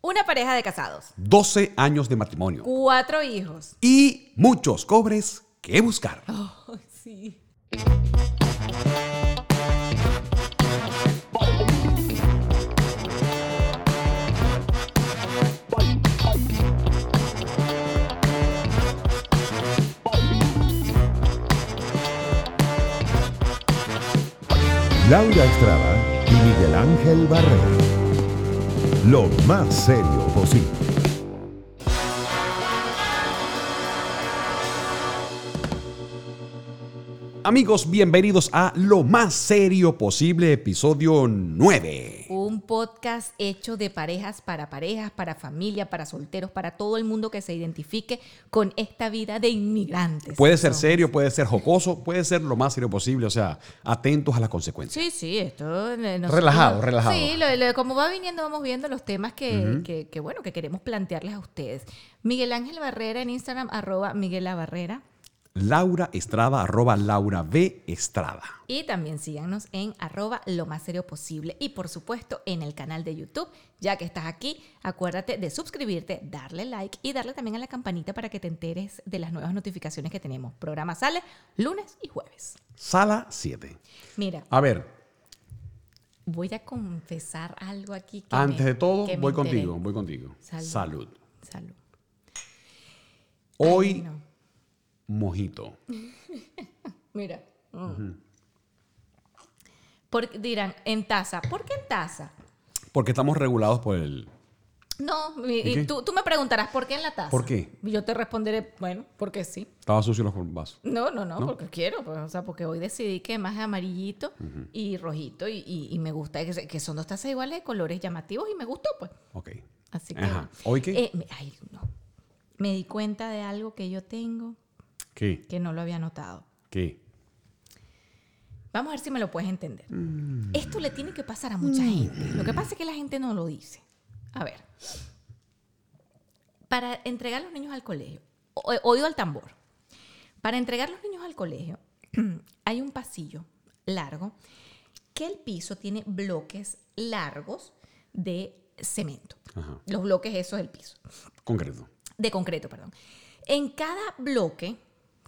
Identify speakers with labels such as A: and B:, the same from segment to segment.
A: Una pareja de casados,
B: 12 años de matrimonio
A: cuatro hijos.
B: y muchos cobres que buscar.
A: Ay, sí.
C: Laura Estrada y Miguel Ángel Barrera. Lo más serio posible.
B: Amigos, bienvenidos a Lo más serio posible, episodio 9.
A: Un podcast hecho de parejas para parejas, para familia, para solteros, para todo el mundo que se identifique con esta vida de inmigrantes.
B: Puede ser
A: Son-
B: serio, puede ser jocoso, puede ser lo más serio posible, o sea, atentos a las consecuencias.
A: Sí, sí, esto... eh, nosotros-
B: Relajado, relajado.
A: Sí, lo- lo- como va viniendo vamos viendo los temas que, que- que, bueno, que queremos plantearles a ustedes. Miguel Ángel Barrera en Instagram, arroba Miguel A. Barrera.
B: Laura Estrada, arroba Laura B. Estrada.
A: Y también síganos en arroba lo más serio posible. Y por supuesto en el canal de YouTube. Ya que estás aquí, acuérdate de suscribirte, darle like y darle también a la campanita para que te enteres de las nuevas notificaciones que tenemos. Programa sale lunes y jueves.
B: Sala 7.
A: Mira,
B: A ver,
A: voy a confesar algo aquí. que
B: antes
A: me-
B: de todo,
A: que me
B: voy
A: enteré.
B: contigo, voy contigo.
A: Salud.
B: Salud.
A: Salud.
B: Hoy,
A: Ay, no.
B: mojito.
A: Mira. Mm. Porque dirán, en taza. ¿Por qué en taza?
B: Porque estamos regulados por el...
A: No, mi-
B: ¿Y
A: y
B: qué?
A: tú, tú me preguntarás, ¿por qué en la taza?
B: ¿Por qué?
A: Y yo te responderé, bueno, porque sí.
B: Estaba sucio los vasos.
A: No, no, no,
B: ¿No?
A: porque quiero, pues, o sea, porque hoy decidí que más amarillito y rojito y, y- y me gusta, que, se- que son dos tazas iguales de colores llamativos y me gustó, pues.
B: Ok.
A: Así que...
B: Ajá. ¿Hoy qué?
A: Eh, me- ay, no. Me di cuenta de algo que yo tengo
B: ¿Qué?
A: que no lo había notado.
B: ¿Qué?
A: Vamos a ver si me lo puedes entender. Esto le tiene que pasar a mucha gente. Lo que pasa es que la gente no lo dice. A ver. Para entregar a los niños al colegio, o- eh, oído al tambor. Para entregar a los niños al colegio, hay un pasillo largo que el piso tiene bloques largos de cemento.
B: Ajá.
A: Los bloques esos del piso
B: Concreto.
A: de concreto, perdón. En cada bloque,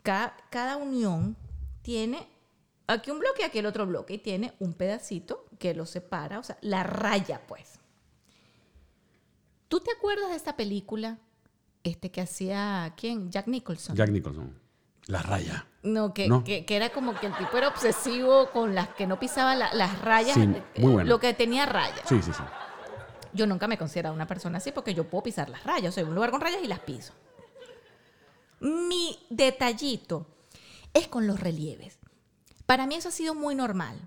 A: cada, cada unión tiene aquí un bloque, aquí el otro bloque, y tiene un pedacito que lo separa, o sea, la raya, pues. ¿Tú te acuerdas de esta película? Este que hacía, ¿quién? Jack Nicholson.
B: Jack Nicholson. La raya.
A: No, que,
B: No.
A: Que, que era como que el tipo era obsesivo con las que no pisaba la- las rayas,
B: Sí, muy bueno.
A: lo que tenía rayas.
B: Sí, sí, sí.
A: Yo nunca me considero una persona así porque yo puedo pisar las rayas. Soy un lugar con rayas y las piso. Mi detallito es con los relieves. Para mí eso ha sido muy normal.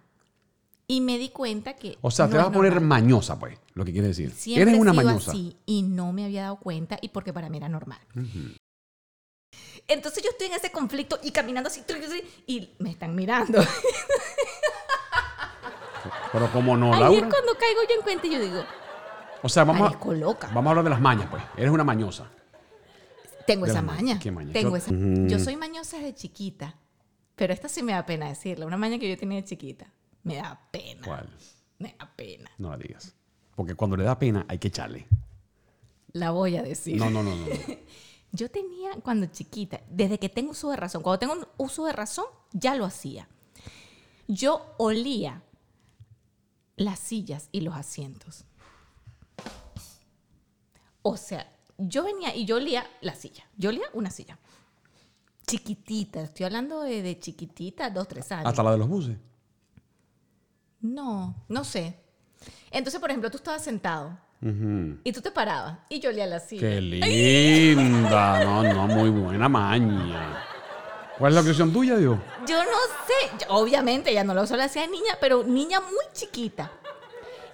A: Y me di cuenta que.
B: O sea, te
A: no
B: vas
A: es
B: a poner
A: normal.
B: mañosa, pues, lo que quiere decir.
A: Siempre
B: Eres
A: he
B: una
A: sido
B: mañosa.
A: así y no me había dado cuenta y porque para mí era normal. Entonces yo estoy en ese conflicto y caminando así tru, tru, tru, y me están mirando.
B: Pero como no,
A: Ahí es
B: Laura.
A: cuando caigo yo en cuenta y yo digo,
B: O sea, vamos a,
A: parezco loca.
B: vamos a hablar de las mañas, pues. Eres una mañosa.
A: Tengo
B: De
A: esa
B: la maña.
A: maña.
B: ¿Qué maña?
A: Tengo
B: Yo-
A: esa- Yo soy mañosa desde chiquita, pero esta sí me da pena decirla. Una maña que yo tenía de chiquita. Me da pena.
B: ¿Cuál?
A: Me da pena.
B: No la digas. Porque cuando le da pena, hay que echarle.
A: La voy a decir.
B: No, no, no, no. no.
A: Yo tenía cuando chiquita, desde que tengo uso de razón, cuando tengo un uso de razón, ya lo hacía. Yo olía las sillas y los asientos. O sea, yo venía y yo olía la silla. Yo olía una silla. Chiquitita, estoy hablando de, de chiquitita, dos, tres años.
B: Hasta la de los buses.
A: No, no sé. Entonces, por ejemplo, tú estabas sentado
B: Ujú.
A: y tú te parabas y yo olía la silla.
B: Qué linda. No, no, muy buena maña. ¿Cuál es la objeción tuya, Dios?
A: Yo no sé, yo- obviamente ya no lo solo hacía de niña, pero niña muy chiquita.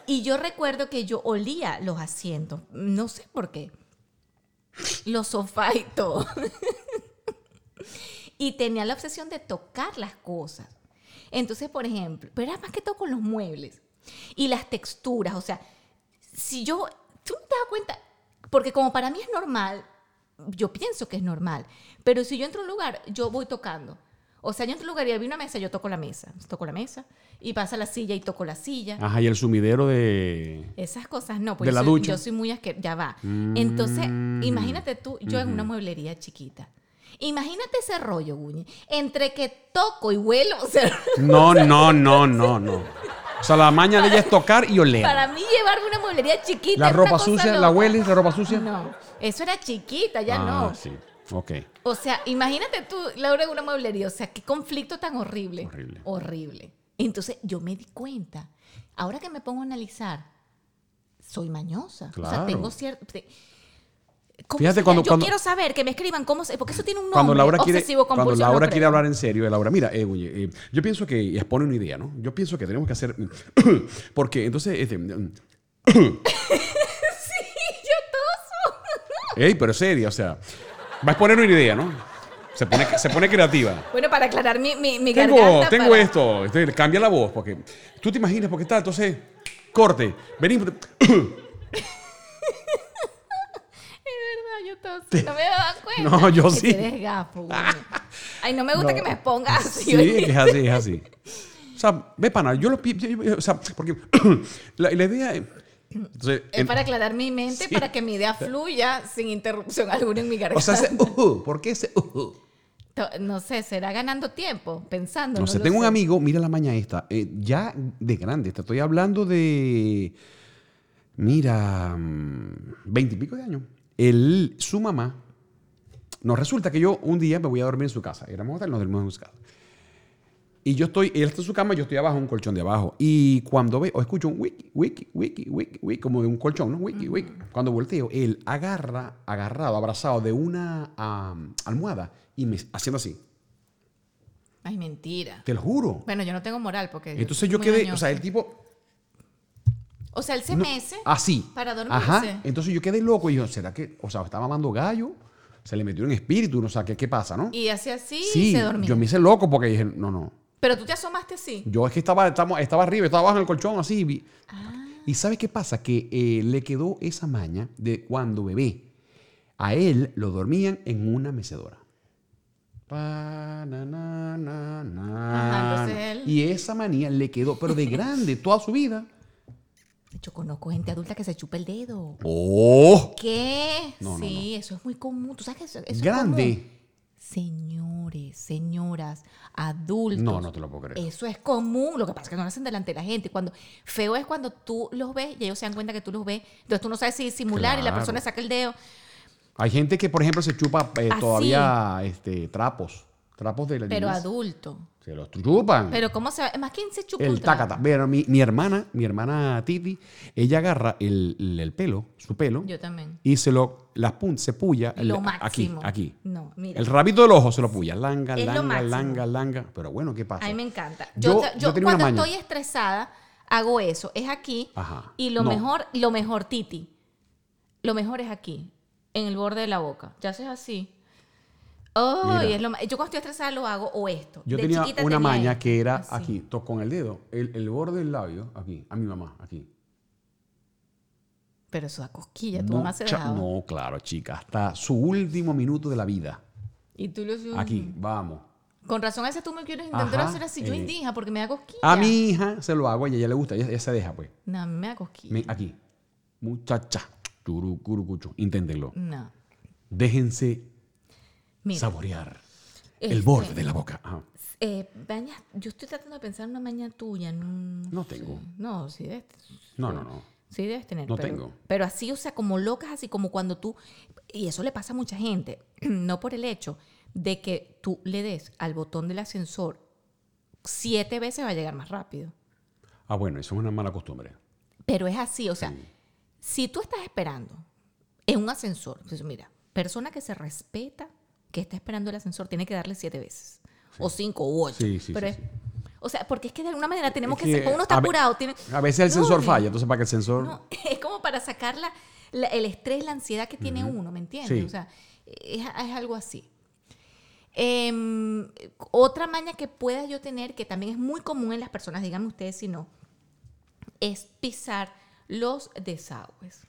A: Y yo recuerdo que yo olía los asientos, no sé por qué. Los sofás y todo. y tenía la obsesión de tocar las cosas. Entonces, por ejemplo, pero era más que todo con los muebles y las texturas, o sea, si yo, tú te das cuenta, porque como para mí es normal, yo pienso que es normal, pero si yo entro a un lugar, yo voy tocando. O sea, yo en tu lugar y había una mesa, yo toco la mesa, toco la mesa, y pasa la silla y toco la silla.
B: Ajá, y el sumidero de...
A: Esas cosas no,
B: De
A: porque
B: la
A: yo, soy-
B: ducha. Mm.
A: yo soy muy asquerosa. Ya va. Entonces, imagínate tú, yo en una mueblería chiquita. Imagínate ese rollo, Guñi. Entre que toco y huelo, o sea,
B: No, no, no, no, no. O sea, la maña de ella es tocar y oler.
A: para mí llevarme una mueblería chiquita.
B: La
A: es una
B: ropa
A: cosa
B: sucia, la
A: loca.
B: hueles, la ropa sucia.
A: No, eso era chiquita, ya
B: ah,
A: no.
B: sí. Ok.
A: O sea, imagínate tú, Laura, en una mueblería. O sea, qué conflicto tan horrible.
B: Horrible.
A: Horrible. Entonces, yo me di cuenta. Ahora que me pongo a analizar, soy mañosa. O
B: Claro.
A: sea, tengo cierto... te- ¿Cómo
B: Fíjate
A: se
B: cuando-
A: llama? yo
B: cuando-
A: quiero saber que me escriban cómo se, porque eso tiene un nombre
B: Cuando Laura, quiere,
A: obsesivo
B: cuando
A: compulsivo,
B: Laura
A: creo.
B: quiere hablar en serio, Laura, mira, eh, oye, eh, yo pienso que y expone una idea, ¿no? Yo pienso que tenemos que hacer, porque entonces, este, mm, ey, pero seria, o sea, va a exponer una idea, ¿no? Se pone, se pone creativa.
A: Bueno, para aclarar mi, mi, mi
B: Tengo,
A: garganta.
B: tengo
A: para-
B: esto. Este, cambia la voz, porque tú te imaginas, porque está, entonces, corte. Venimos.
A: Es verdad, yo toso. No me daba cuenta.
B: No, yo
A: Que
B: sí.
A: tú eres gafo, güey. Ay, no me gusta
B: No.
A: que me pongas así.
B: Sí,
A: oye.
B: es que es así, es así. O sea, ve, pana, yo lo pi- yo- yo- O sea, porque la, la idea es. entonces,
A: Es
B: en-
A: para aclarar mi mente,
B: Sí.
A: para que mi idea fluya sin interrupción alguna en mi garganta.
B: o sea, ese, ujú, ¿por qué ese uh, ujú?
A: To- no sé, será ganando tiempo, pensando.
B: No, sé,
A: lo
B: tengo un amigo, mira la maña esta, eh, ya de grande, te estoy hablando de, mira, mm, veintipico de años. Él, su mamá, nos resulta que yo un día me voy a dormir en su casa, éramos hotel, nos dormimos en su casa. Y yo estoy, él está en su cama, yo estoy abajo, un colchón de abajo. Y cuando veo, o escucho un wiki, wiki, wiki, wiki, wiki, como de un colchón, ¿no? Wiki, wiki. Cuando volteo, él agarra, agarrado, abrazado de una am, almohada y me haciendo así.
A: Ay, mentira.
B: Te lo juro.
A: Bueno, yo no tengo moral porque.
B: Entonces
A: soy
B: yo
A: muy
B: quedé,
A: mañosa.
B: o sea, el tipo
A: O sea, él se
B: no- Ah.
A: mece.
B: así.
A: ¿Eh? Para dormirse.
B: Ajá. Entonces yo quedé loco y yo, ¿será que, o sea, estaba mamando gallo? Se le metió un espíritu, no sé qué, qué pasa, ¿no?
A: Y hacía así y
B: sí,
A: se dormía.
B: yo me hice loco porque dije, no, no.
A: Pero tú te asomaste así.
B: Yo es que estaba, estaba, estaba arriba, estaba abajo en el colchón, así. vi-
A: Ah.
B: Y ¿sabes qué pasa? Que eh, le quedó esa maña de cuando bebé. A él lo dormían en una mecedora. Pa, na, na, na,
A: Ajá,
B: na,
A: entonces
B: na.
A: él-
B: Y esa manía le quedó, pero de grande, toda su vida.
A: Yo conozco gente adulta que se chupa el dedo.
B: ¡Oh!
A: ¿Qué?
B: No, no,
A: sí, eso es muy común. ¿Tú sabes que eso, eso es
B: grande.
A: común? Señores, señoras, adultos.
B: No, no te lo puedo creer.
A: Eso es común. Lo que pasa es que no lo hacen delante de la gente. Cuando feo es cuando tú los ves y ellos se dan cuenta que tú los ves. Entonces tú no sabes si disimular y la
B: Claro.
A: persona saca el dedo.
B: Hay gente que, por ejemplo, se chupa eh,
A: Así.
B: todavía este, trapos. Trapos de la
A: Pero
B: de-
A: adulto.
B: Se los chupan.
A: Pero cómo se va. Más quién se chupa
B: el
A: un trapo?
B: tacata. Pero mi, mi hermana, mi hermana Titi, ella agarra el, el- el pelo, su pelo,
A: Yo también.
B: y se lo, las pun- se puya el-
A: Lo máximo.
B: aquí, aquí.
A: No, mira.
B: El rabito del ojo se lo puya, langa,
A: Es lo
B: langa,
A: máximo.
B: langa, langa. Pero bueno, ¿qué pasa?
A: A mí me encanta. Yo,
B: Yo-
A: yo,
B: yo tenía una
A: cuando
B: maña.
A: estoy estresada hago eso. Es aquí.
B: Ajá.
A: Y lo
B: No.
A: mejor, lo mejor, Titi. Lo mejor es aquí, en el borde de la boca. Ya haces así. Oh,
B: Mira.
A: es lo ma- yo cuando estoy estresada lo hago o esto.
B: Yo
A: De
B: tenía
A: chiquita
B: una maña
A: esto,
B: que era
A: así.
B: aquí, to- con el dedo, el, el borde del labio, aquí, a mi mamá, aquí.
A: Pero eso da cosquilla, tu
B: No,
A: mamá se
B: cha-
A: dejaba.
B: no, claro, chica, hasta su último minuto de la vida.
A: Y tú lo
B: Aquí, vamos.
A: Con razón, a veces tú me quieres intentar
B: Ajá,
A: hacer así. Yo
B: eh.
A: indija porque me da cosquilla.
B: A mi hija se lo hago, a ella, ella le gusta, ella, ella se deja, pues.
A: No, a mí me da cosquilla.
B: Me- aquí. Muchacha. Turucurucucho. Inténtenlo.
A: No.
B: Déjense
A: Mira.
B: saborear el
A: este,
B: borde de la boca. Ajá.
A: Eh, baña, yo estoy tratando de pensar en una maña tuya. No,
B: No tengo.
A: no sí debes,
B: No, no, no.
A: sí debes tener.
B: No
A: pero,
B: tengo.
A: Pero así, o sea, como locas, así como cuando tú... Y eso le pasa a mucha gente. No por el hecho de que tú le des al botón del ascensor siete veces va a llegar más rápido.
B: Ah, bueno, eso es una mala costumbre.
A: Pero es así, o sea, si tú estás esperando en un ascensor, pues mira, persona que se respeta, que está esperando el ascensor, tiene que darle siete veces, o cinco, u ocho.
B: Sí, sí,
A: pero
B: sí,
A: es-
B: sí.
A: O sea, porque es que de alguna manera tenemos
B: Es
A: que,
B: que
A: ser- cuando uno está
B: a ve-
A: apurado, tiene...
B: A veces el sensor
A: No,
B: falla, entonces para que el sensor...
A: no, es como para sacar la- la- el estrés, la ansiedad que tiene uno, ¿me entiendes?
B: Sí.
A: O sea, es, es algo así. Em, otra maña que pueda yo tener, que también es muy común en las personas, díganme ustedes si no, es pisar los desagües.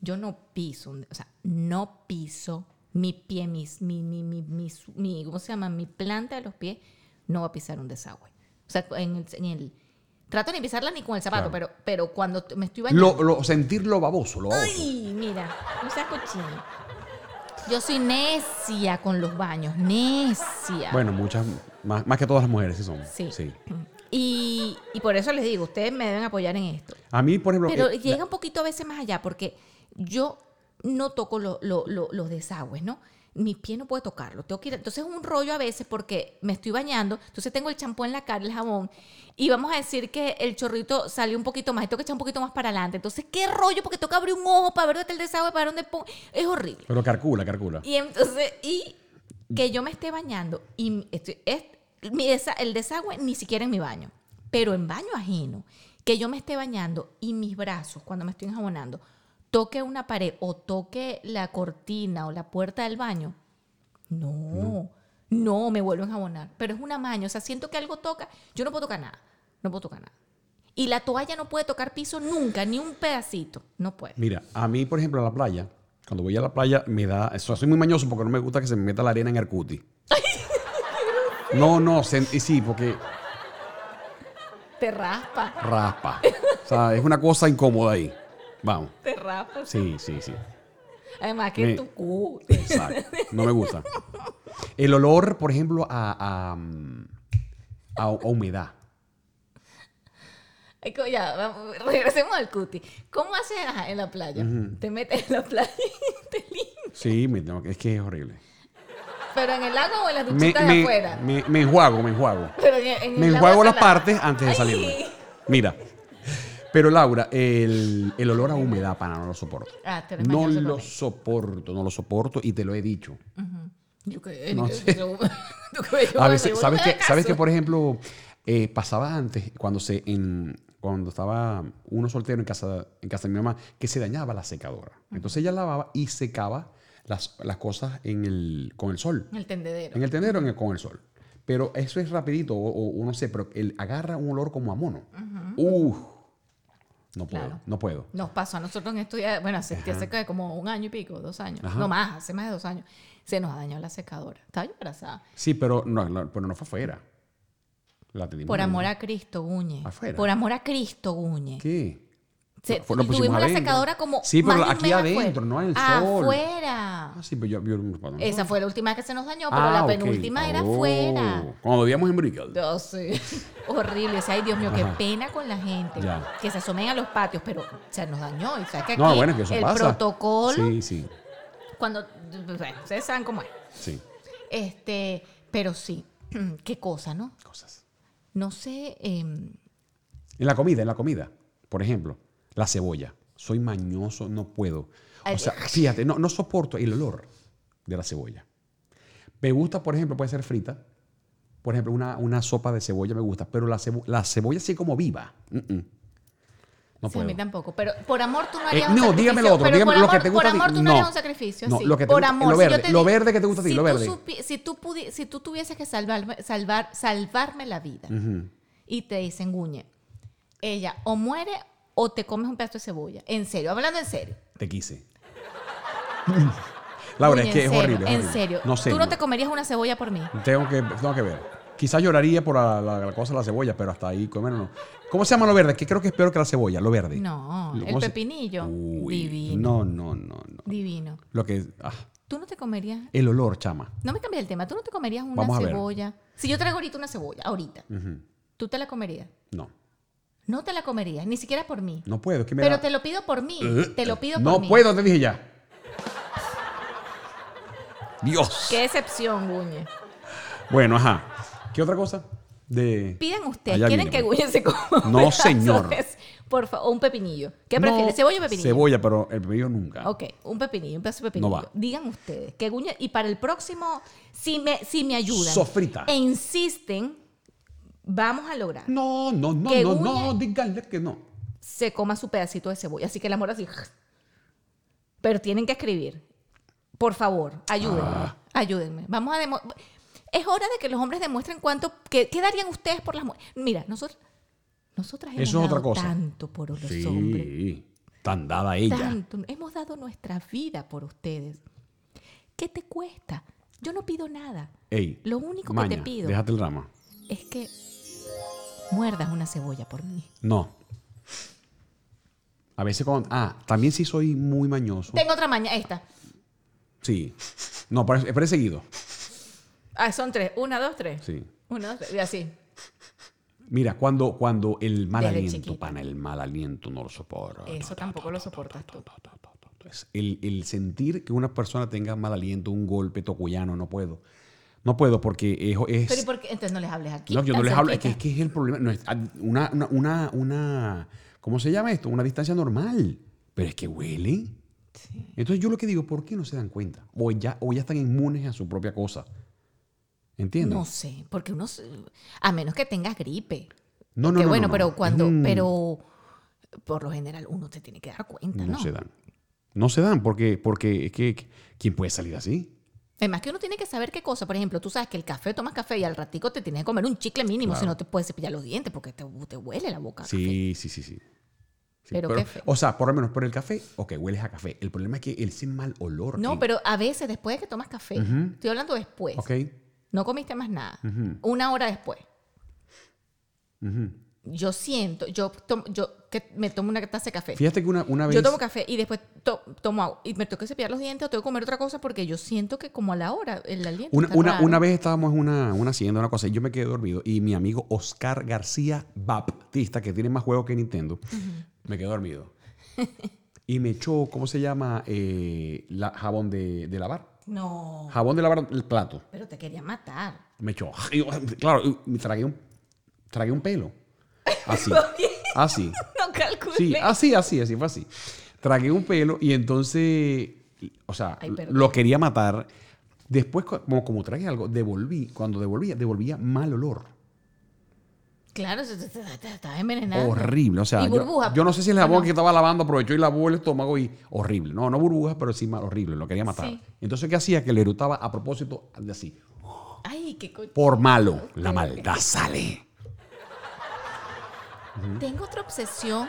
A: Yo no piso, un- o sea, no piso mi pie, mis, mi, mi, mi, mi, su- mi- ¿cómo se llama? Mi planta de los pies no va a pisar un desagüe. O sea, en el, en el- trato de ni pisarla ni con el zapato,
B: Claro.
A: pero, pero cuando t- me estoy bañando...
B: Lo, lo- sentir lo baboso, lo baboso.
A: ¡Ay! Mira, no seas cochino. Yo soy necia con los baños, necia.
B: Bueno, muchas, más, más que todas las mujeres sí son.
A: Sí.
B: sí.
A: Y, y por eso les digo, ustedes me deben apoyar en esto.
B: A mí, por ejemplo...
A: Pero
B: eh,
A: llega un poquito a veces más allá, porque yo no toco lo- lo- lo- los desagües, ¿no? Mi pie no puede tocarlo. Tengo que ir. Entonces es un rollo a veces porque me estoy bañando, entonces tengo el champú en la cara, el jabón, y vamos a decir que el chorrito salió un poquito más, y tengo que echar un poquito más para adelante. Entonces, ¿qué rollo? Porque toca abrir un ojo para ver dónde está el desagüe, para dónde pongo. Es horrible.
B: Pero carcula, carcula.
A: Y entonces, y que yo me esté bañando, y estoy- es, mi desa- el desagüe ni siquiera en mi baño, pero en baño ajeno, que yo me esté bañando y mis brazos, cuando me estoy enjabonando, toque una pared o toque la cortina o la puerta del baño, no, no, me vuelvo a enjabonar. Pero es una maña, o sea, siento que algo toca, yo no puedo tocar nada, no puedo tocar nada. Y la toalla no puede tocar piso nunca, ni un pedacito, no puede.
B: Mira, a mí, por ejemplo, a la playa, cuando voy a la playa, me da. o sea, soy muy mañoso porque no me gusta que se me meta la arena en el cuti. No, no, se- y sí, porque
A: Te raspa,
B: raspa. O sea, es una cosa incómoda ahí. Vamos.
A: te raspa.
B: Sí, sí, sí.
A: Además que
B: Me-
A: tu cu.
B: Exacto. No me gusta. El olor, por ejemplo, a, a, mm, a- a humedad.
A: Ay, co- Ya, vamos, regresemos al cuti. ¿Cómo haces ajá, en la playa? Te metes en la playa y te limpias.
B: Sí, me tengo que- es que es horrible.
A: Pero en el lago o en las
B: Me,
A: duchitas de
B: me-
A: afuera.
B: me- me enjuago, me enjuago.
A: Pero en, en el
B: Me
A: agua
B: enjuago las
A: salada.
B: partes antes de pues.
A: Ay.
B: salirme. Mira. Pero Laura, el, el olor a humedad, pana, no lo soporto.
A: Ah, tú eres
B: No
A: mañoso con
B: lo
A: eso.
B: soporto, no lo soporto y te lo he dicho.
A: Yo que-
B: No
A: yo-
B: sé.
A: yo- yo que- yo
B: A
A: me
B: veces,
A: digo,
B: ¿sabes
A: no
B: que,
A: me hagas
B: ¿sabes que
A: caso.
B: por ejemplo, eh, pasaba antes, cuando se en- cuando estaba uno soltero en casa, en casa de mi mamá, que se dañaba la secadora. Entonces ella lavaba y secaba las, las cosas en el, con el sol.
A: En el tendedero.
B: En el tendero en el- con el sol. Pero eso es rapidito, o, o- o no sé, pero el, agarra un olor como a mono. Uf. No puedo,
A: Claro.
B: no puedo.
A: Nos pasó a nosotros en estos días, bueno, hace, hace que como un año y pico, dos años,
B: Ajá.
A: no más, hace más de dos años, se nos ha dañado la secadora. Estaba yo embarazada.
B: Sí, pero no, no, pero no fue afuera. La tenemos
A: Por
B: en-
A: amor a Cristo, Guñe.
B: Mm. Afuera.
A: Por amor a Cristo, Guñe.
B: ¿Qué?
A: Se-
B: Fue- lo pusimos
A: tuvimos la
B: adentro.
A: secadora como.
B: Sí,
A: más
B: pero
A: de un
B: aquí
A: mes
B: adentro,
A: afuera.
B: no en el sol.
A: Afuera.
B: Ah, sí, pero yo... yo perdón.
A: Esa fue la última vez que se nos dañó, pero
B: Ah,
A: la
B: ok.
A: penúltima era
B: Oh,
A: afuera.
B: Cuando vivíamos en Brickell.
A: Yo sé. Horrible. O sea, ay, Dios mío, qué
B: Ajá.
A: pena con la gente.
B: Ya.
A: Que se asomen a los patios, pero se nos dañó. Y sabes que aquí
B: No, bueno, que eso
A: el
B: pasa.
A: protocolo,
B: Sí, sí,
A: cuando. Bueno, ustedes saben cómo es.
B: sí.
A: Este, pero sí, qué cosa, ¿no?
B: Cosas.
A: No sé. eh,
B: En la comida, en la comida. Por ejemplo, la cebolla. Soy mañoso, no puedo.
A: Ay,
B: O sea, fíjate, no, no soporto el olor de la cebolla. Me gusta, por ejemplo, puede ser frita. Por ejemplo, una, una sopa de cebolla me gusta, pero la, cebo- la cebolla así como viva. Mm, mm. No
A: sí,
B: puedo.
A: a mí tampoco. Pero por amor tú no
B: Eh,
A: harías un
B: no,
A: sacrificio.
B: dígame lo otro,
A: Pero
B: dígame
A: por
B: lo
A: amor-
B: que te gusta
A: Por
B: a ti.
A: amor tú no,
B: No.
A: harías un sacrificio.
B: No,
A: sí.
B: lo que te
A: por
B: gusta-
A: amor,
B: lo
A: si yo
B: verde,
A: te
B: lo
A: di-
B: verde que te gusta a ti,
A: si
B: lo
A: tú
B: verde.
A: supi- si, tú pudi- si tú tuvieses que salvarme, salvar, salvarme la vida y te dicen, Guñe, ella o muere o te comes un pedazo de cebolla. En serio, hablando en serio.
B: Te quise. Laura,
A: Guñe,
B: es que
A: en serio,
B: es horrible. es
A: En
B: horrible.
A: serio.
B: No sé.
A: Tú no te comerías una cebolla por mí.
B: Tengo que, tengo que ver. Quizás lloraría por la, la- la cosa de la cebolla, pero hasta ahí, comer no. ¿Cómo se llama lo verde? Que creo que es peor que la cebolla, lo verde.
A: No,
B: Lo-
A: el
B: ¿cómo se-
A: pepinillo.
B: Uy,
A: Divino.
B: No, no, no, no.
A: Divino.
B: Lo que ah,
A: Tú no te comerías
B: el olor, chama.
A: No me cambies el tema. Tú no te comerías una
B: Vamos a ver.
A: cebolla. Si yo traigo ahorita una cebolla, ahorita,
B: Ujú.
A: ¿tú te la comerías?
B: No,
A: No te la comerías, ni siquiera por mí.
B: no puedo, es que me
A: Pero
B: da- ¡Ah!
A: te lo pido por mí. Te lo pido por
B: Eh, No
A: mí.
B: puedo, te dije ya. Dios.
A: Qué decepción, Guñe.
B: Bueno, ajá. ¿Qué otra cosa? De
A: Pidan ustedes.
B: Allá
A: ¿Quieren
B: viene,
A: que
B: pues.
A: Guñe se coma un
B: No,
A: pedazo
B: señor.
A: de ce- Por favor, un pepinillo. ¿Qué
B: No,
A: prefieres, cebolla o pepinillo?
B: Cebolla, pero el pepinillo nunca.
A: Ok, un pepinillo, un pedazo de pepinillo.
B: No va.
A: Digan ustedes que Guñe... Y para el próximo, si me, si me ayudan...
B: Sofrita.
A: E insisten, vamos a lograr.
B: No, no, no,
A: Que
B: no,
A: Guña-
B: no, díganle que no.
A: se coma su pedacito de cebolla. Así que el amor así. Pero tienen que escribir. Por favor, ayúdenme.
B: Ah.
A: Ayúdenme. Vamos a demo- Es hora de que los hombres demuestren cuánto. ¿Qué, qué darían ustedes por las mujeres? Mira, nosotros. Nosotras hemos
B: Eso es otra
A: dado
B: cosa.
A: tanto por los hombres.
B: tan dada ella.
A: Tanto. Hemos dado nuestra vida por ustedes. ¿Qué te cuesta? Yo no pido nada.
B: Ey,
A: Lo único que
B: maña,
A: te pido
B: déjate el rama.
A: es que muerdas una cebolla por mí.
B: No. A veces con... Ah, también sí soy muy mañoso.
A: Tengo otra maña, esta.
B: Sí. No, pero es- pero es seguido.
A: Ah, son tres. Una, dos, tres.
B: Sí.
A: Una, dos, tres. Y así.
B: Mira, cuando, cuando el mal
A: Desde
B: aliento,
A: chiquita. Eh.
B: pana, el mal aliento no lo soporta.
A: Eso tampoco lo soportas tú.
B: Es El, el sentir que una persona tenga mal aliento, un golpe tocuyano, no puedo. No puedo porque es... es-
A: Pero ¿y por qué? Entonces no les hables aquí.
B: no, yo no
A: tan
B: les hablo, es que, es
A: cerquita.
B: que es el problema. No, es- ah, una, una, una, una- ¿Cómo se llama esto? Una distancia normal. Pero es que huele.
A: Sí.
B: Entonces yo lo que digo, ¿por qué no se dan cuenta? O ya, o ya están inmunes a su propia cosa. ¿Entiendes?
A: No sé, porque uno. se- A menos que tengas gripe.
B: No,
A: que
B: no, no,
A: bueno,
B: no, Mm.
A: pero
B: no. Es
A: cuando.
B: un-
A: Pero por lo general uno se tiene que dar cuenta,
B: no,
A: ¿no?
B: se dan. No se dan porque, porque es que que- ¿quién puede salir así?
A: Además que uno tiene que saber qué cosa. Por ejemplo, tú sabes que el café tomas café y al ratico te tienes que comer un chicle mínimo si
B: Claro.
A: no te puedes cepillar los dientes porque te, te huele la boca. a Ah, café.
B: Sí, sí, sí, sí. Sí,
A: Pero qué feo.
B: o sea, por lo menos por el café, ok, hueles a café. El problema es que el sin mal olor.
A: No,
B: en-
A: pero a veces después de que tomas café, estoy hablando después,
B: Ok.
A: no comiste más nada, una hora después. Yo siento, yo, tom- yo que me tomo una taza de café.
B: Fíjate que una, una vez.
A: Yo tomo café y después to- tomo agua. Y me tengo que cepillar los dientes o tengo que comer otra cosa porque yo siento que como a la hora el aliento
B: Una,
A: está
B: una,
A: raro.
B: una vez estábamos en una, una hacienda, una cosa, y yo me quedé dormido. Y mi amigo Oscar García Baptista, que tiene más juegos que Nintendo, me quedé dormido. y me echó, ¿cómo se llama? Eh, la, jabón de, de lavar.
A: No,
B: Jabón de lavar el plato.
A: pero te quería matar.
B: Me echó. Y yo, claro, y me tragué un, tragué un pelo. Así. así.
A: No calculé.
B: Sí, así, así, así, fue así. Tragué un pelo y entonces, o sea,
A: Ay, perdón.
B: lo quería matar. Después, co- como, como tragué algo, devolví, cuando devolvía, devolvía mal olor.
A: Claro, se- se- se- te, estás envenenando.
B: Horrible, o sea,
A: Y
B: yo-
A: burbuja.
B: Yo, no sé si el jabón
A: No.
B: que estaba lavando aprovechó y lavó el estómago y horrible. No, no burbujas, pero sí mal, horrible, lo quería matar.
A: Sí.
B: Entonces, ¿qué hacía? Que le erutaba a propósito así.
A: Ay, qué coche.
B: Por malo, la maldad sale.
A: Tengo otra obsesión,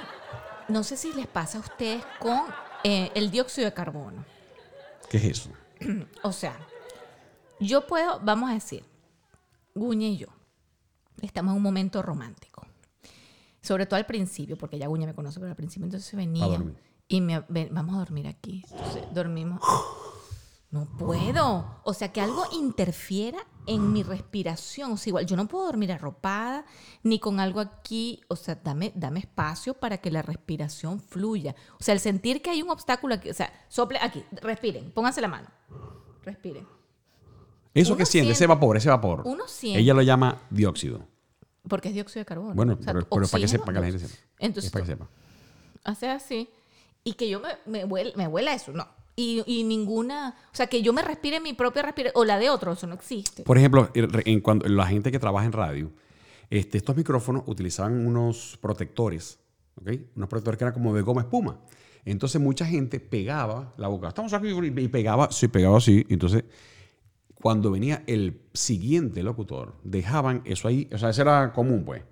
A: no sé si les pasa a ustedes con eh, el dióxido de carbono.
B: ¿Qué es eso?
A: O sea, yo puedo, vamos a decir, Guña y yo, estamos en un momento romántico. Sobre todo al principio, porque ya Guña me conoce, pero al principio entonces venía
B: A dormir.
A: y me ven, vamos a dormir aquí. Entonces dormimos. No puedo. O sea, que algo interfiera en mi respiración. O sea, igual, yo no puedo dormir arropada ni con algo aquí. O sea, dame, dame espacio para que la respiración fluya. O sea, el sentir que hay un obstáculo aquí. O sea, sople aquí, respiren, pónganse la mano. Respiren.
B: Eso
A: Uno
B: que siente, ese
A: siente-
B: vapor, ese vapor.
A: uno siente-
B: Ella lo llama dióxido.
A: Porque es dióxido de carbono.
B: Bueno,
A: O sea,
B: pero, pero para que
A: oxígeno,
B: sepa, para que la gente sepa.
A: Entonces,
B: Es para que sepa.
A: hace así y que yo me, me, huel- me huela eso, no. Y, y ninguna, o sea, que yo me respire mi propia respiración o la de otro, eso no existe.
B: Por ejemplo, el re- en cuando, la gente que trabaja en radio, este, estos micrófonos utilizaban unos protectores, ¿ok? Unos protectores que eran como de goma espuma. Entonces mucha gente pegaba la boca, estamos aquí, y y pegaba, sí, pegaba así. Entonces, cuando venía el siguiente locutor, dejaban eso ahí, o sea, eso era común, pues.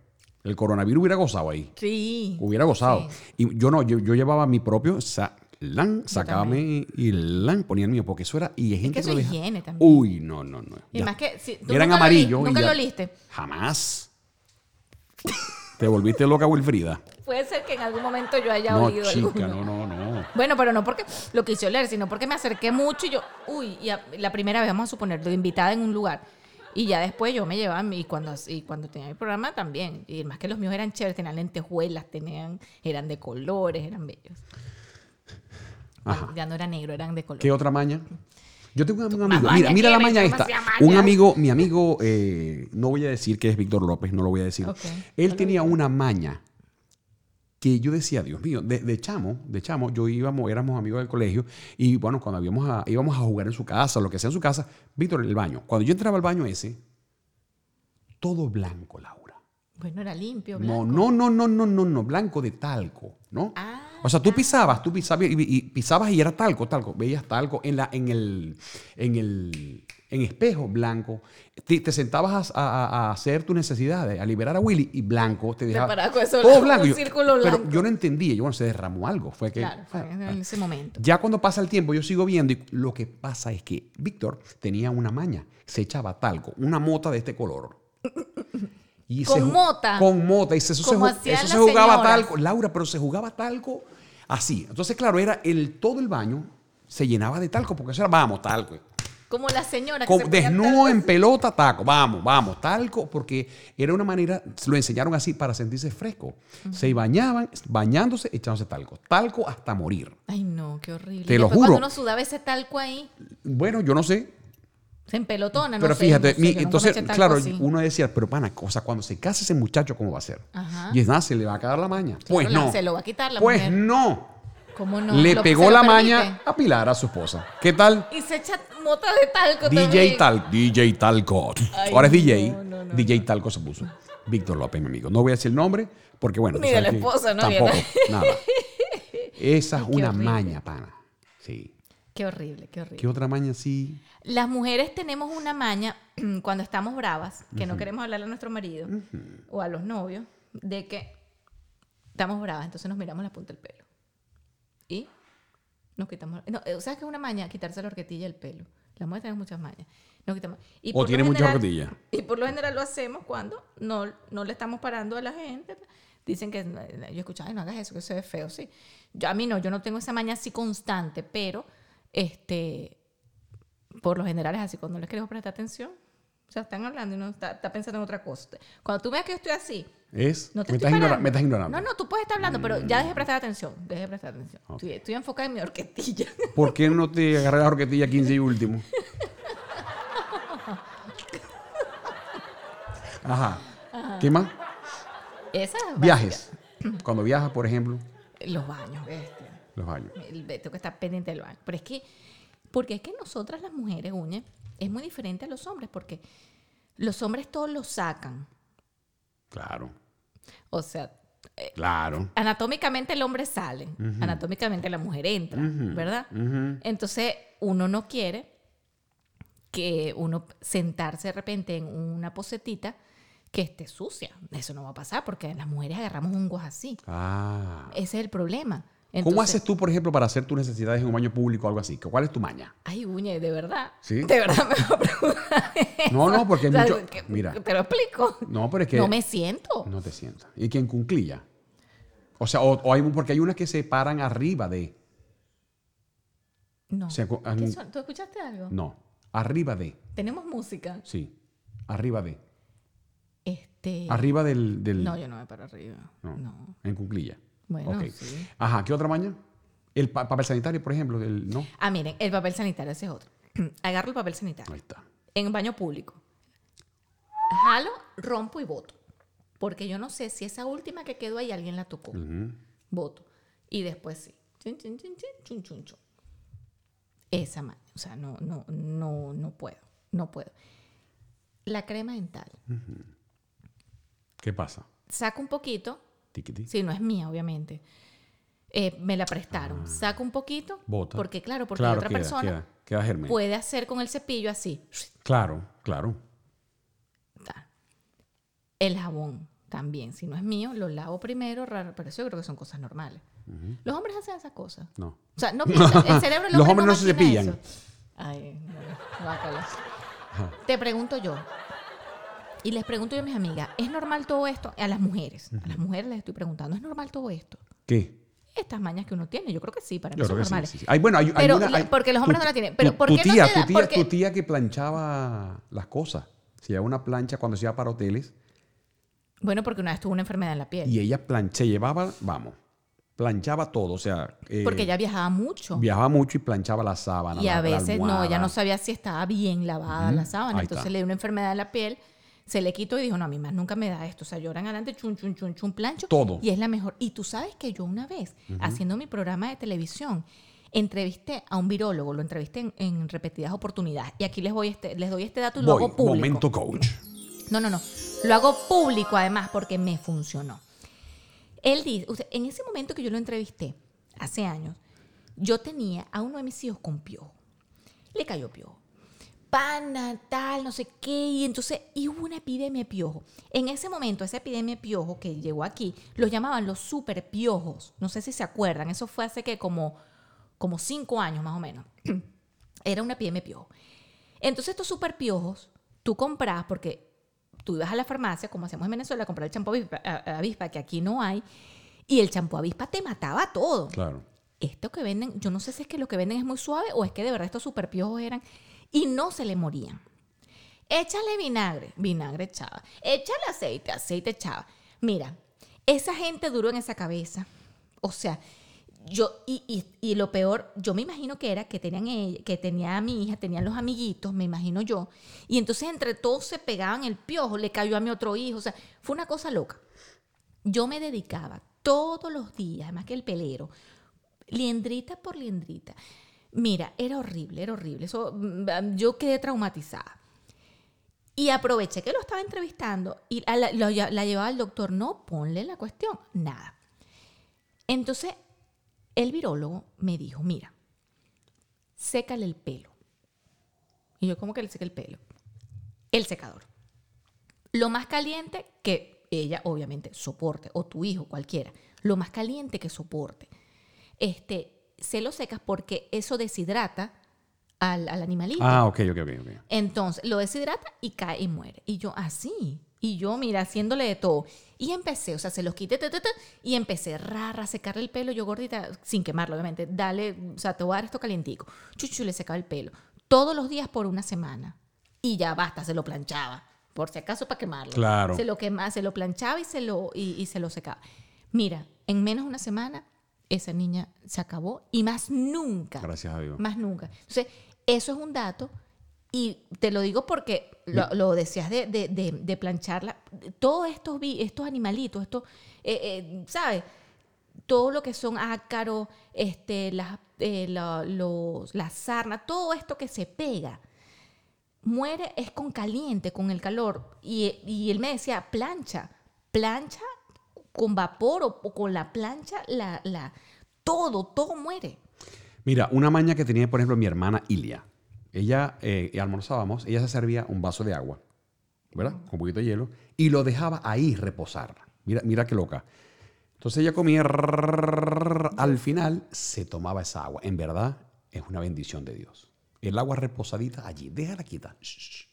B: El coronavirus hubiera gozado ahí.
A: Sí.
B: Hubiera gozado.
A: Sí.
B: Y yo no, yo, yo llevaba mi propio sa- lan, sacaba mi- y lan, ponía el mío, porque eso era. Y hay gente
A: eso
B: lo
A: es
B: deja-
A: higiene también.
B: Uy, no, no, no.
A: Y
B: ya.
A: más que si- tú
B: Eran
A: nunca lo
B: amarillos.
A: li-
B: y
A: nunca
B: ya-
A: lo oliste.
B: Jamás. Te volviste loca, Wilfrida.
A: Puede ser que en algún momento yo haya
B: No,
A: oído
B: chica,
A: alguno.
B: no, no, no.
A: Bueno, pero no porque lo quise oler, sino porque me acerqué mucho y yo, uy, y a- la primera vez, vamos a suponer, de invitada en un lugar. Y ya después yo me llevaba, y cuando, y cuando tenía el programa también. Y más que los míos eran chéveres, tenían lentejuelas, tenían, eran de colores, eran bellos.
B: Ajá.
A: Ya no era negro, eran de color.
B: ¿Qué otra maña? Yo tengo un amigo.
A: más
B: mira,
A: maña
B: mira la
A: tienes,
B: maña esta.
A: demasiada maña.
B: Un amigo, mi amigo, eh, no voy a decir que es Víctor López, no lo voy a decir.
A: Ok.
B: Él tenía una maña que yo decía, Dios mío, de, de chamo, de chamo, yo íbamos, éramos amigos del colegio y bueno, cuando íbamos a, íbamos a jugar en su casa, lo que sea en su casa, Víctor en el baño. Cuando yo entraba al baño ese, todo blanco, Laura.
A: Bueno, era limpio,
B: No,
A: blanco.
B: no, no, no, no, no, no, blanco de talco, ¿no?
A: Ah,
B: o sea, tú pisabas, tú pisabas y, y- pisabas y era talco, talco, veías talco en la, en el, en el, en espejo blanco. Te, te sentabas a, a- a hacer tus necesidades, a liberar a Willy y blanco te dejaba.
A: paraba con eso,
B: todo
A: un
B: blanco. Yo-
A: círculo
B: Pero
A: blanco.
B: yo no entendía, yo bueno, se derramó algo, fue que.
A: Claro, fue en en ese momento.
B: Ya cuando pasa el tiempo, yo sigo viendo y lo que pasa es que Víctor tenía una maña, se echaba talco, una mota de este color. Y
A: Con
B: ju-
A: mota.
B: Con mota. Y se- eso
A: Como
B: se, ju-
A: hacían
B: eso
A: las
B: se jugaba
A: señoras.
B: talco. Laura, pero se jugaba talco así. Entonces, claro, era el, todo el baño se llenaba de talco porque eso era, vamos, talco.
A: Como la señora que
B: Con-
A: se ponía
B: desnudo
A: tal-
B: en pelota, taco. Vamos, vamos, talco, porque era una manera, lo enseñaron así para sentirse fresco. Se bañaban, bañándose, echándose talco. Talco hasta morir.
A: Ay, no, qué horrible.
B: Te
A: Y
B: lo
A: después
B: juro.
A: Cuando uno sudaba ese talco ahí,
B: Bueno, yo no sé,
A: se empelotona, Ah, no
B: Pero
A: sé,
B: fíjate,
A: no sé, yo
B: mi-
A: nunca me
B: entonces,
A: eché talco
B: claro,
A: así.
B: uno decía, pero pana, o sea, cuando se case ese muchacho, ¿cómo va a ser?
A: Ajá.
B: Y es nada, se le va a acabar la maña. Pues
A: la-
B: no.
A: se lo va a quitar la
B: Pues
A: mujer.
B: no.
A: ¿Cómo no?
B: le
A: Lo-
B: pegó
A: se lo
B: la
A: permite.
B: maña a Pilar, a su esposa. ¿Qué tal?
A: Y se echa mota de talco
B: DJ
A: también.
B: Tal, DJ Talco.
A: Ay,
B: Ahora es
A: no,
B: DJ.
A: no, no,
B: DJ Talco se puso. Víctor López, mi amigo. No voy a decir el nombre porque, bueno. tú
A: Ni de
B: sabes
A: la
B: que
A: esposa, no había
B: Tampoco, nada. Esa es
A: Ay, qué
B: una
A: horrible.
B: maña, pana. Sí.
A: Qué horrible, qué horrible.
B: ¿Qué otra maña sí?
A: Las mujeres tenemos una maña cuando estamos bravas, que no queremos hablarle a nuestro marido o a los novios, de que estamos bravas, entonces nos miramos la punta del pelo. Y nos quitamos. No, eh, ¿Sabes qué es una maña? Quitarse la horquetilla del pelo. Las mujeres tienen muchas mañas. Nos quitamos. Y
B: O
A: por lo
B: tiene mucha
A: general-
B: horquetilla.
A: Y por lo general lo hacemos cuando no, no le estamos parando a la gente. Dicen que eh, yo escuchaba, no hagas eso, que se ve feo, sí. Yo, a mí no, yo no tengo esa maña así constante, pero este, por lo general es así, cuando no les queremos prestar atención, o sea, están hablando y no está, está pensando en otra cosa. Cuando tú veas que yo estoy así,
B: Es.
A: no te
B: me,
A: estoy
B: estás ignora-
A: parando.
B: me estás ignorando.
A: No, no, tú puedes estar hablando, pero ya deje de prestar atención, deje de prestar atención. Estoy, estoy enfocada en mi orquestilla.
B: ¿Por qué no te agarras la horquetilla 15 y último? Ajá. ¿Qué más?
A: Esa es
B: Viajes. Cuando viajas, por ejemplo,
A: básica. Los baños, este.
B: los baños.
A: el- tengo que estar pendiente del baño. Pero es que, porque es que nosotras las mujeres, Uñe, es muy diferente a los hombres, porque los hombres todos lo sacan.
B: Claro,
A: O sea, eh,
B: claro.
A: anatómicamente el hombre sale, anatómicamente la mujer entra, ¿verdad?
B: ujú.
A: Entonces, uno no quiere que uno sentarse de repente en una posetita que esté sucia. Eso no va a pasar porque las mujeres agarramos hongos así.
B: Ah.
A: Ese es el problema.
B: ¿Cómo
A: Entonces-
B: haces tú, por ejemplo, para hacer tus necesidades en un baño público o algo así? ¿Cuál es tu maña?
A: Ay, Uñe, de verdad.
B: Sí.
A: De verdad me va a preguntar.
B: No,
A: eso.
B: no, porque
A: O
B: hay
A: sea,
B: mucho-
A: que-
B: mira.
A: Te lo explico.
B: No, pero es que
A: No me siento.
B: no te sientas. ¿Y quién cunclilla? O sea, o, o hay, porque hay unas que se paran arriba de.
A: No.
B: O sea, cu-
A: ¿Qué son? ¿Tú escuchaste algo?
B: No, arriba de.
A: Tenemos música.
B: Sí, arriba de.
A: Este.
B: Arriba del. del
A: No, yo no me paro arriba. No.
B: En cuclilla.
A: Bueno,
B: Ok.
A: sí.
B: Ajá, ¿qué otra maña? El pa- papel sanitario, por ejemplo, el- no.
A: Ah, miren, el papel sanitario, ese es otro. Agarro el papel sanitario.
B: Ahí está.
A: En un baño público. Jalo, rompo y voto. Porque yo no sé si esa última que quedó ahí alguien la tocó.
B: Ujú.
A: voto. Y después sí. Chin, chin, chin, chin, chun, chun, chun. Esa mano. O sea, no, no, no, no puedo. No puedo. La crema dental.
B: ¿Qué pasa?
A: Saco un poquito.
B: Tiquiti.
A: Si no es mía, obviamente. Eh, me la prestaron. Saco un poquito.
B: Ah. Bota.
A: Porque, claro, porque
B: Claro,
A: la otra
B: queda,
A: persona
B: Queda, queda germen.
A: puede hacer con el cepillo así.
B: Claro, claro.
A: Ta. El jabón también. Si no es mío, lo lavo primero. raro, Pero eso yo creo que son cosas normales. Los hombres hacen esas cosas.
B: No.
A: O sea, no piensa, el cerebro del
B: Los
A: hombre
B: hombres no se
A: maquina
B: cepillan.
A: eso. Ay, no, guácala. Te pregunto yo. Y les pregunto yo a mis amigas, ¿es normal todo esto? A las mujeres, a las mujeres les estoy preguntando, ¿es normal todo esto?
B: ¿qué?
A: Estas mañas que uno tiene, yo creo que sí, para mí
B: Yo
A: son
B: creo que sí,
A: normales.
B: sí, sí. Ay, bueno, hay, hay
A: Pero
B: una-
A: la-
B: hay-
A: porque los hombres no la tienen. Pero
B: tu-
A: ¿por
B: tu
A: qué no
B: tía,
A: te da?
B: tu tía,
A: Porque-
B: tu tía que planchaba las cosas. Se llevaba una plancha cuando se iba para hoteles
A: Bueno, porque una vez tuvo una enfermedad en la piel.
B: y ella plancha, se llevaba, vamos, planchaba todo. O sea, eh,
A: porque ella viajaba mucho.
B: viajaba mucho y planchaba la sábana.
A: Y
B: la-
A: a
B: la
A: veces no, ella
B: almohada.
A: no sabía si estaba bien lavada la sábana.
B: ahí
A: Entonces
B: está.
A: le dio una enfermedad en la piel, se le quitó y dijo, no, a mí más nunca me da esto. O sea, lloran adelante, chun, chun, chun, chun, plancho.
B: Todo.
A: Y es la mejor. Y tú sabes que yo una vez, haciendo mi programa de televisión, entrevisté a un virólogo, lo entrevisté en, en repetidas oportunidades. Y aquí les, voy este, les doy este dato y lo
B: Voy,
A: hago público.
B: momento coach.
A: No, no, no. Lo hago público además porque me funcionó. Él dice, usted, en ese momento que yo lo entrevisté, hace años, yo tenía a uno de mis hijos con piojo. Le cayó piojo. Pana, tal, no sé qué. Y entonces y hubo una epidemia de piojo. En ese momento, esa epidemia de piojo que llegó aquí, los llamaban los super piojos. No sé si se acuerdan. Eso fue hace que como, como cinco años más o menos. Era una epidemia de piojo. Entonces estos super piojos, tú compras porque tú ibas a la farmacia, como hacemos en Venezuela, a comprar el champú avispa, a- avispa, que aquí no hay, y el champú avispa te mataba todo.
B: Claro.
A: Esto que venden, yo no sé si es que lo que venden es muy suave o es que de verdad estos superpiojos eran y no se le morían. Échale vinagre, vinagre chava. Échale aceite, aceite chava. Mira, esa gente duró en esa cabeza. O sea, yo, y, y- y lo peor, yo me imagino que era que tenían ella, que tenía a mi hija, tenían los amiguitos, me imagino yo. Y entonces entre todos se pegaban el piojo, le cayó a mi otro hijo. O sea, fue una cosa loca. Yo me dedicaba todos los días, además que el pelero, liendrita por liendrita. Mira, era horrible, era horrible. Eso, mm, yo quedé traumatizada. Y aproveché que lo estaba entrevistando y a la, lo lle- la llevaba al doctor. No, ponle la cuestión. Nada. Entonces, el virólogo me dijo, mira, sécale el pelo. Y yo, ¿cómo que le seque el pelo? El secador. Lo más caliente que ella, obviamente, soporte, o tu hijo, cualquiera. Lo más caliente que soporte este, se lo secas porque eso deshidrata al, al animalito.
B: Ah, ok, ok, ok. ok.
A: Entonces, lo deshidrata y cae y muere. Y yo, así. Y yo, mira, haciéndole de todo. Y empecé, o sea, se los quité, ta, ta, ta, y empecé, rara, a secarle el pelo. Yo, gordita, sin quemarlo, obviamente, dale, o sea, te voy a dar esto calientico. Chuchu, le secaba el pelo. Todos los días por una semana. Y ya basta, se lo planchaba. Por si acaso, para quemarlo.
B: Claro.
A: Se lo quemaba, se lo planchaba y se lo, y, y se lo secaba. Mira, en menos de una semana, esa niña se acabó. Y más nunca.
B: Gracias a Dios.
A: Más nunca. Entonces, eso es un dato y te lo digo porque lo, lo decías de, de, de- de plancharla. Todos estos, vi- estos animalitos, estos, eh, eh, ¿sabes? Todo lo que son ácaros, este, las, eh, la- los- las sarnas, todo esto que se pega muere es con caliente, con el calor. Y, y él me decía, plancha, plancha con vapor o, o con la plancha, la, la, todo, todo muere.
B: Mira, una maña que tenía, por ejemplo, mi hermana Ilia. Ella, eh, almorzábamos, ella se servía un vaso de agua, ¿verdad? Con un poquito de hielo, y lo dejaba ahí reposar. Mira, mira qué loca. Entonces ella comía, rrrr, al final se tomaba esa agua. En verdad, es una bendición de Dios. El agua reposadita allí, déjala quieta. Shh, shh.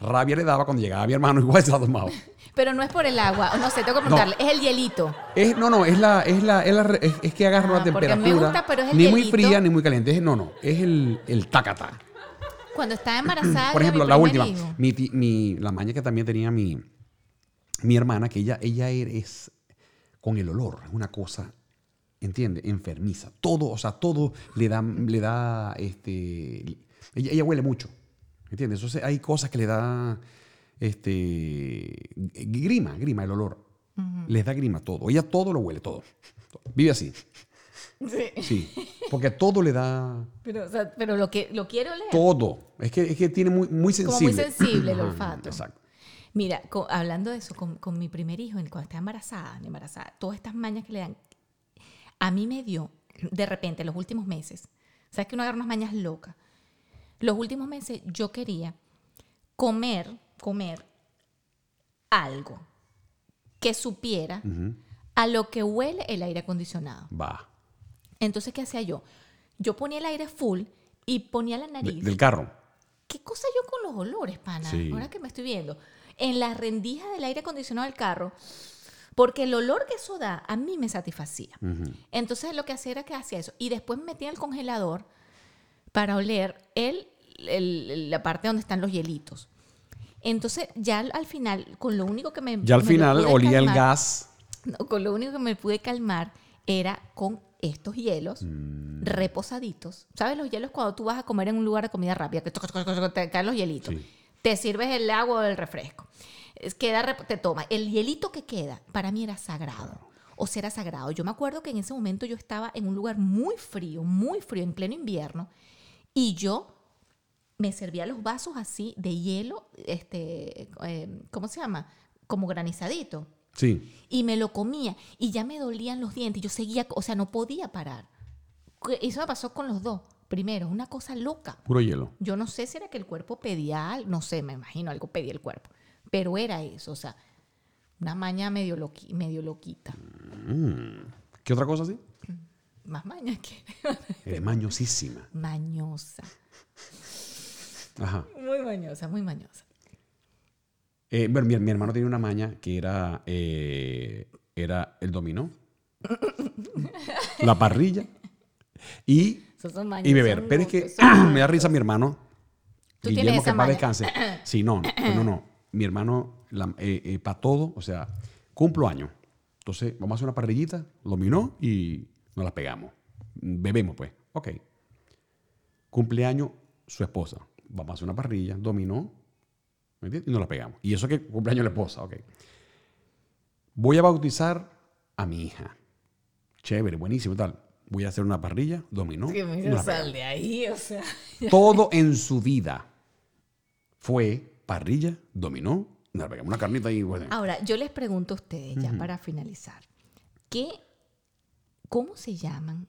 B: Rabia le daba cuando llegaba mi hermano, igual se la tomaba.
A: Pero no es por el agua, no sé, tengo que preguntarle, es el hielito.
B: Es, no, no, es la, es la, es la re- es, es que agarra
A: Ah,
B: una
A: porque a
B: temperatura.
A: mí me gusta, pero es el
B: ni muy
A: hielito.
B: fría ni muy caliente. Es- no, no, es el, el tacatá.
A: Cuando estaba embarazada,
B: Por
A: de
B: ejemplo,
A: Ah, mi
B: la
A: primer
B: última.
A: hijo,
B: Mi, ti- mi- la maña que también tenía mi, mi hermana, que ella, ella er- es con el olor, es una cosa, ¿entiendes? Enfermiza. Todo, o sea, todo le da, le da, este, ella, ella huele mucho, ¿entiendes? Entonces hay cosas que le da, este, grima, grima el olor. Les da grima todo. Ella todo lo huele, todo. Vive así, sí. Porque todo le da,
A: Pero, o sea, pero lo, que, lo quiero leer.
B: todo. Es que, es que tiene muy, muy
A: Como
B: sensible.
A: muy sensible el
B: Ajá,
A: olfato.
B: Exacto.
A: Mira, co- hablando de eso, con, con mi primer hijo, cuando estaba embarazada, embarazada, todas estas mañas que le dan, a mí me dio, de repente, los últimos meses, ¿sabes que uno agarra unas mañas locas? Los últimos meses yo quería comer, comer algo que supiera a lo que huele el aire acondicionado.
B: Va.
A: Entonces, ¿qué hacía yo? Yo ponía el aire full y ponía la
B: De-
A: nariz.
B: del carro.
A: ¿Qué cosa yo con los olores, pana?
B: Sí.
A: Ahora que me estoy viendo. En las rendijas del aire acondicionado del carro, porque el olor que eso da a mí me satisfacía. Entonces lo que hacía era que hacía eso. Y después me metía en el congelador para oler el, el- la parte donde están los hielitos. Entonces ya al, al final, con lo único que me...
B: Ya al
A: me
B: final
A: pude
B: olía el
A: calmar-
B: gas.
A: no, con lo único que me pude calmar era con estos hielos reposaditos. ¿Sabes los hielos cuando tú vas a comer en un lugar de comida rápida? Que toc, toc, toc, toc, te caen los hielitos.
B: Sí.
A: Te sirves el agua o el refresco. Es- Queda, rep- te tomas. El hielito que queda para mí era sagrado. O sea, era sagrado. Yo me acuerdo que en ese momento yo estaba en un lugar muy frío, muy frío, en pleno invierno, y yo me servía los vasos así de hielo, este, eh, ¿cómo se llama? como granizadito.
B: Sí.
A: Y me lo comía y ya me dolían los dientes. Yo seguía, o sea, no podía parar. Que- Eso me pasó con los dos. Primero, una cosa loca.
B: Puro hielo.
A: Yo no sé si era que el cuerpo pedía algo, no sé, me imagino, algo pedía el cuerpo. Pero era eso, o sea, una maña medio, loqui- medio loquita.
B: ¿Qué otra cosa así?
A: Más maña que
B: Eres mañosísima.
A: mañosa.
B: Ajá.
A: Muy mañosa, muy mañosa.
B: Eh, bueno, mi, mi hermano tenía una maña que era, eh, era el dominó, la parrilla y,
A: Esas son mañas,
B: y beber.
A: son
B: Pero es que
A: gustos, son-
B: me da risa mi hermano.
A: Tú tienes
B: Guillermo,
A: esa
B: que para
A: maña.
B: descanse. Sí, no, no, no. no. Mi hermano, para todo, o sea, cumplo año. Entonces, vamos a hacer una parrillita, dominó y nos la pegamos. Bebemos, pues. Ok. Cumpleaños, su esposa. Vamos a hacer una parrilla, dominó, ¿Me entiendes? Y nos la pegamos. Y eso que cumpleaños la esposa, ok. Voy a bautizar a mi hija. Chévere, buenísimo y tal. Voy a hacer una parrilla, dominó.
A: Que
B: y
A: mira,
B: nos la
A: sal de ahí, o sea.
B: pegamos. Todo en su vida fue parrilla, dominó, nos la pegamos una carnita y bueno.
A: Ahora, yo les pregunto a ustedes, ya para finalizar, ¿qué, ¿cómo se llaman?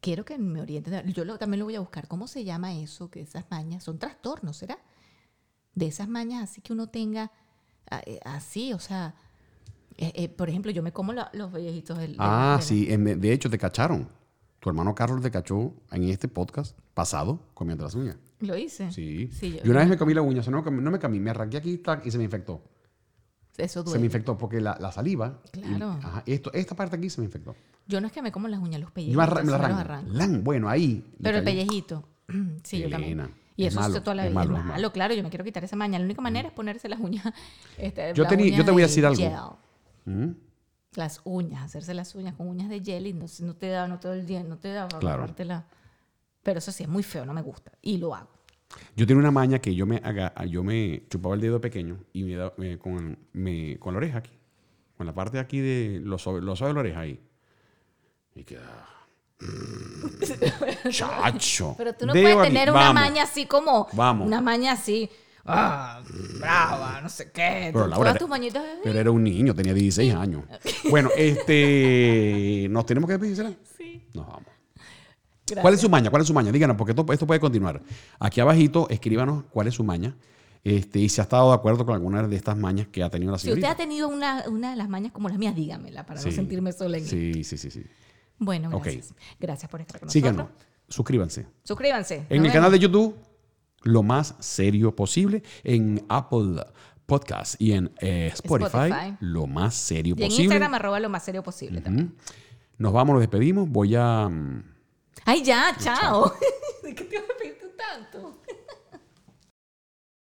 A: Quiero que me orienten, yo lo- también lo voy a buscar, ¿cómo se llama eso? Que esas mañas son trastornos, ¿será? De esas mañas así que uno tenga a- eh, así, o sea, eh, eh, por ejemplo, yo me como la- los vellejitos del... del-
B: Ah,
A: del-
B: sí, en- de hecho te cacharon. Tu hermano Carlos te cachó en este podcast pasado comiendo las uñas.
A: ¿Lo hice?
B: Sí.
A: Ah, Sí, yo-
B: yo una vez me comí la uña, o sea, no, me comí- no me comí, me arranqué aquí tac, y se me infectó.
A: Eso
B: Se me
A: duele.
B: infectó porque la, la saliva. y-
A: Claro.
B: ajá, esto, esta parte aquí se me infectó.
A: Yo no es que me como las uñas, los
B: Yo
A: pellejitos.
B: me, arran- me
A: sí me
B: la
A: los
B: arranco.
A: arranco.
B: Lan, bueno, ahí. le
A: Pero el
B: cayó.
A: pellejito. Sí, yo
B: Elena,
A: también. Y
B: es
A: eso
B: malo,
A: es toda la
B: es
A: vida.
B: malo,
A: Malo,
B: es malo. Mm.
A: claro, yo me quiero quitar esa maña. La única manera es ponerse las uñas. este,
B: Yo
A: las
B: tenía- yo
A: uñas
B: te voy a
A: de
B: decir algo.
A: gel.
B: Mm,
A: Las uñas, hacerse las uñas con uñas de gel y no, se- no te da, no te da el día, no te da para
B: Claro.
A: arrancártela. Pero eso sí es muy feo, no me gusta. Y lo hago.
B: Yo tenía una maña que yo me, haga- yo me chupaba el dedo pequeño y me, da- me- con, me- con la oreja aquí. Con la parte de aquí de los los de la oreja ahí. Y queda. mm, Chacho.
A: Pero tú no
B: Dedo
A: puedes
B: aquí,
A: tener una
B: vamos.
A: maña así como.
B: Vamos.
A: Una maña así. Ah, brava, no sé qué.
B: Pero, Laura,
A: Todas
B: era-
A: tus mañitas. eh,
B: Pero era un niño, tenía 16 años. Bueno, este. ¿Nos tenemos que despedir, será?
A: Sí.
B: Nos vamos.
A: Gracias.
B: ¿Cuál es su maña? ¿Cuál es su maña? Díganos, porque esto, esto puede continuar. Aquí abajito, escríbanos cuál es su maña. Este, y si ha estado de acuerdo con alguna de estas mañas que ha tenido la
A: Si usted ha
B: señorita.
A: tenido una, una de las mañas como las mías, dígamela para no
B: Sí.
A: sentirme sola en
B: Sí, sí, sí, sí.
A: Bueno,
B: Ok.
A: gracias. Gracias por estar con
B: Síganos,
A: nosotros.
B: suscríbanse.
A: Suscríbanse. Nos
B: En el
A: vemos.
B: canal de YouTube, lo más serio posible. En Apple Podcast y en eh, Spotify,
A: Spotify.
B: lo más serio
A: Y en
B: posible.
A: Instagram, arroba lo más serio posible. también.
B: Mm. Nos vamos, nos despedimos. Voy a. mm,
A: Ay, ya, chao. ¿De qué te vas a pedir tú tanto?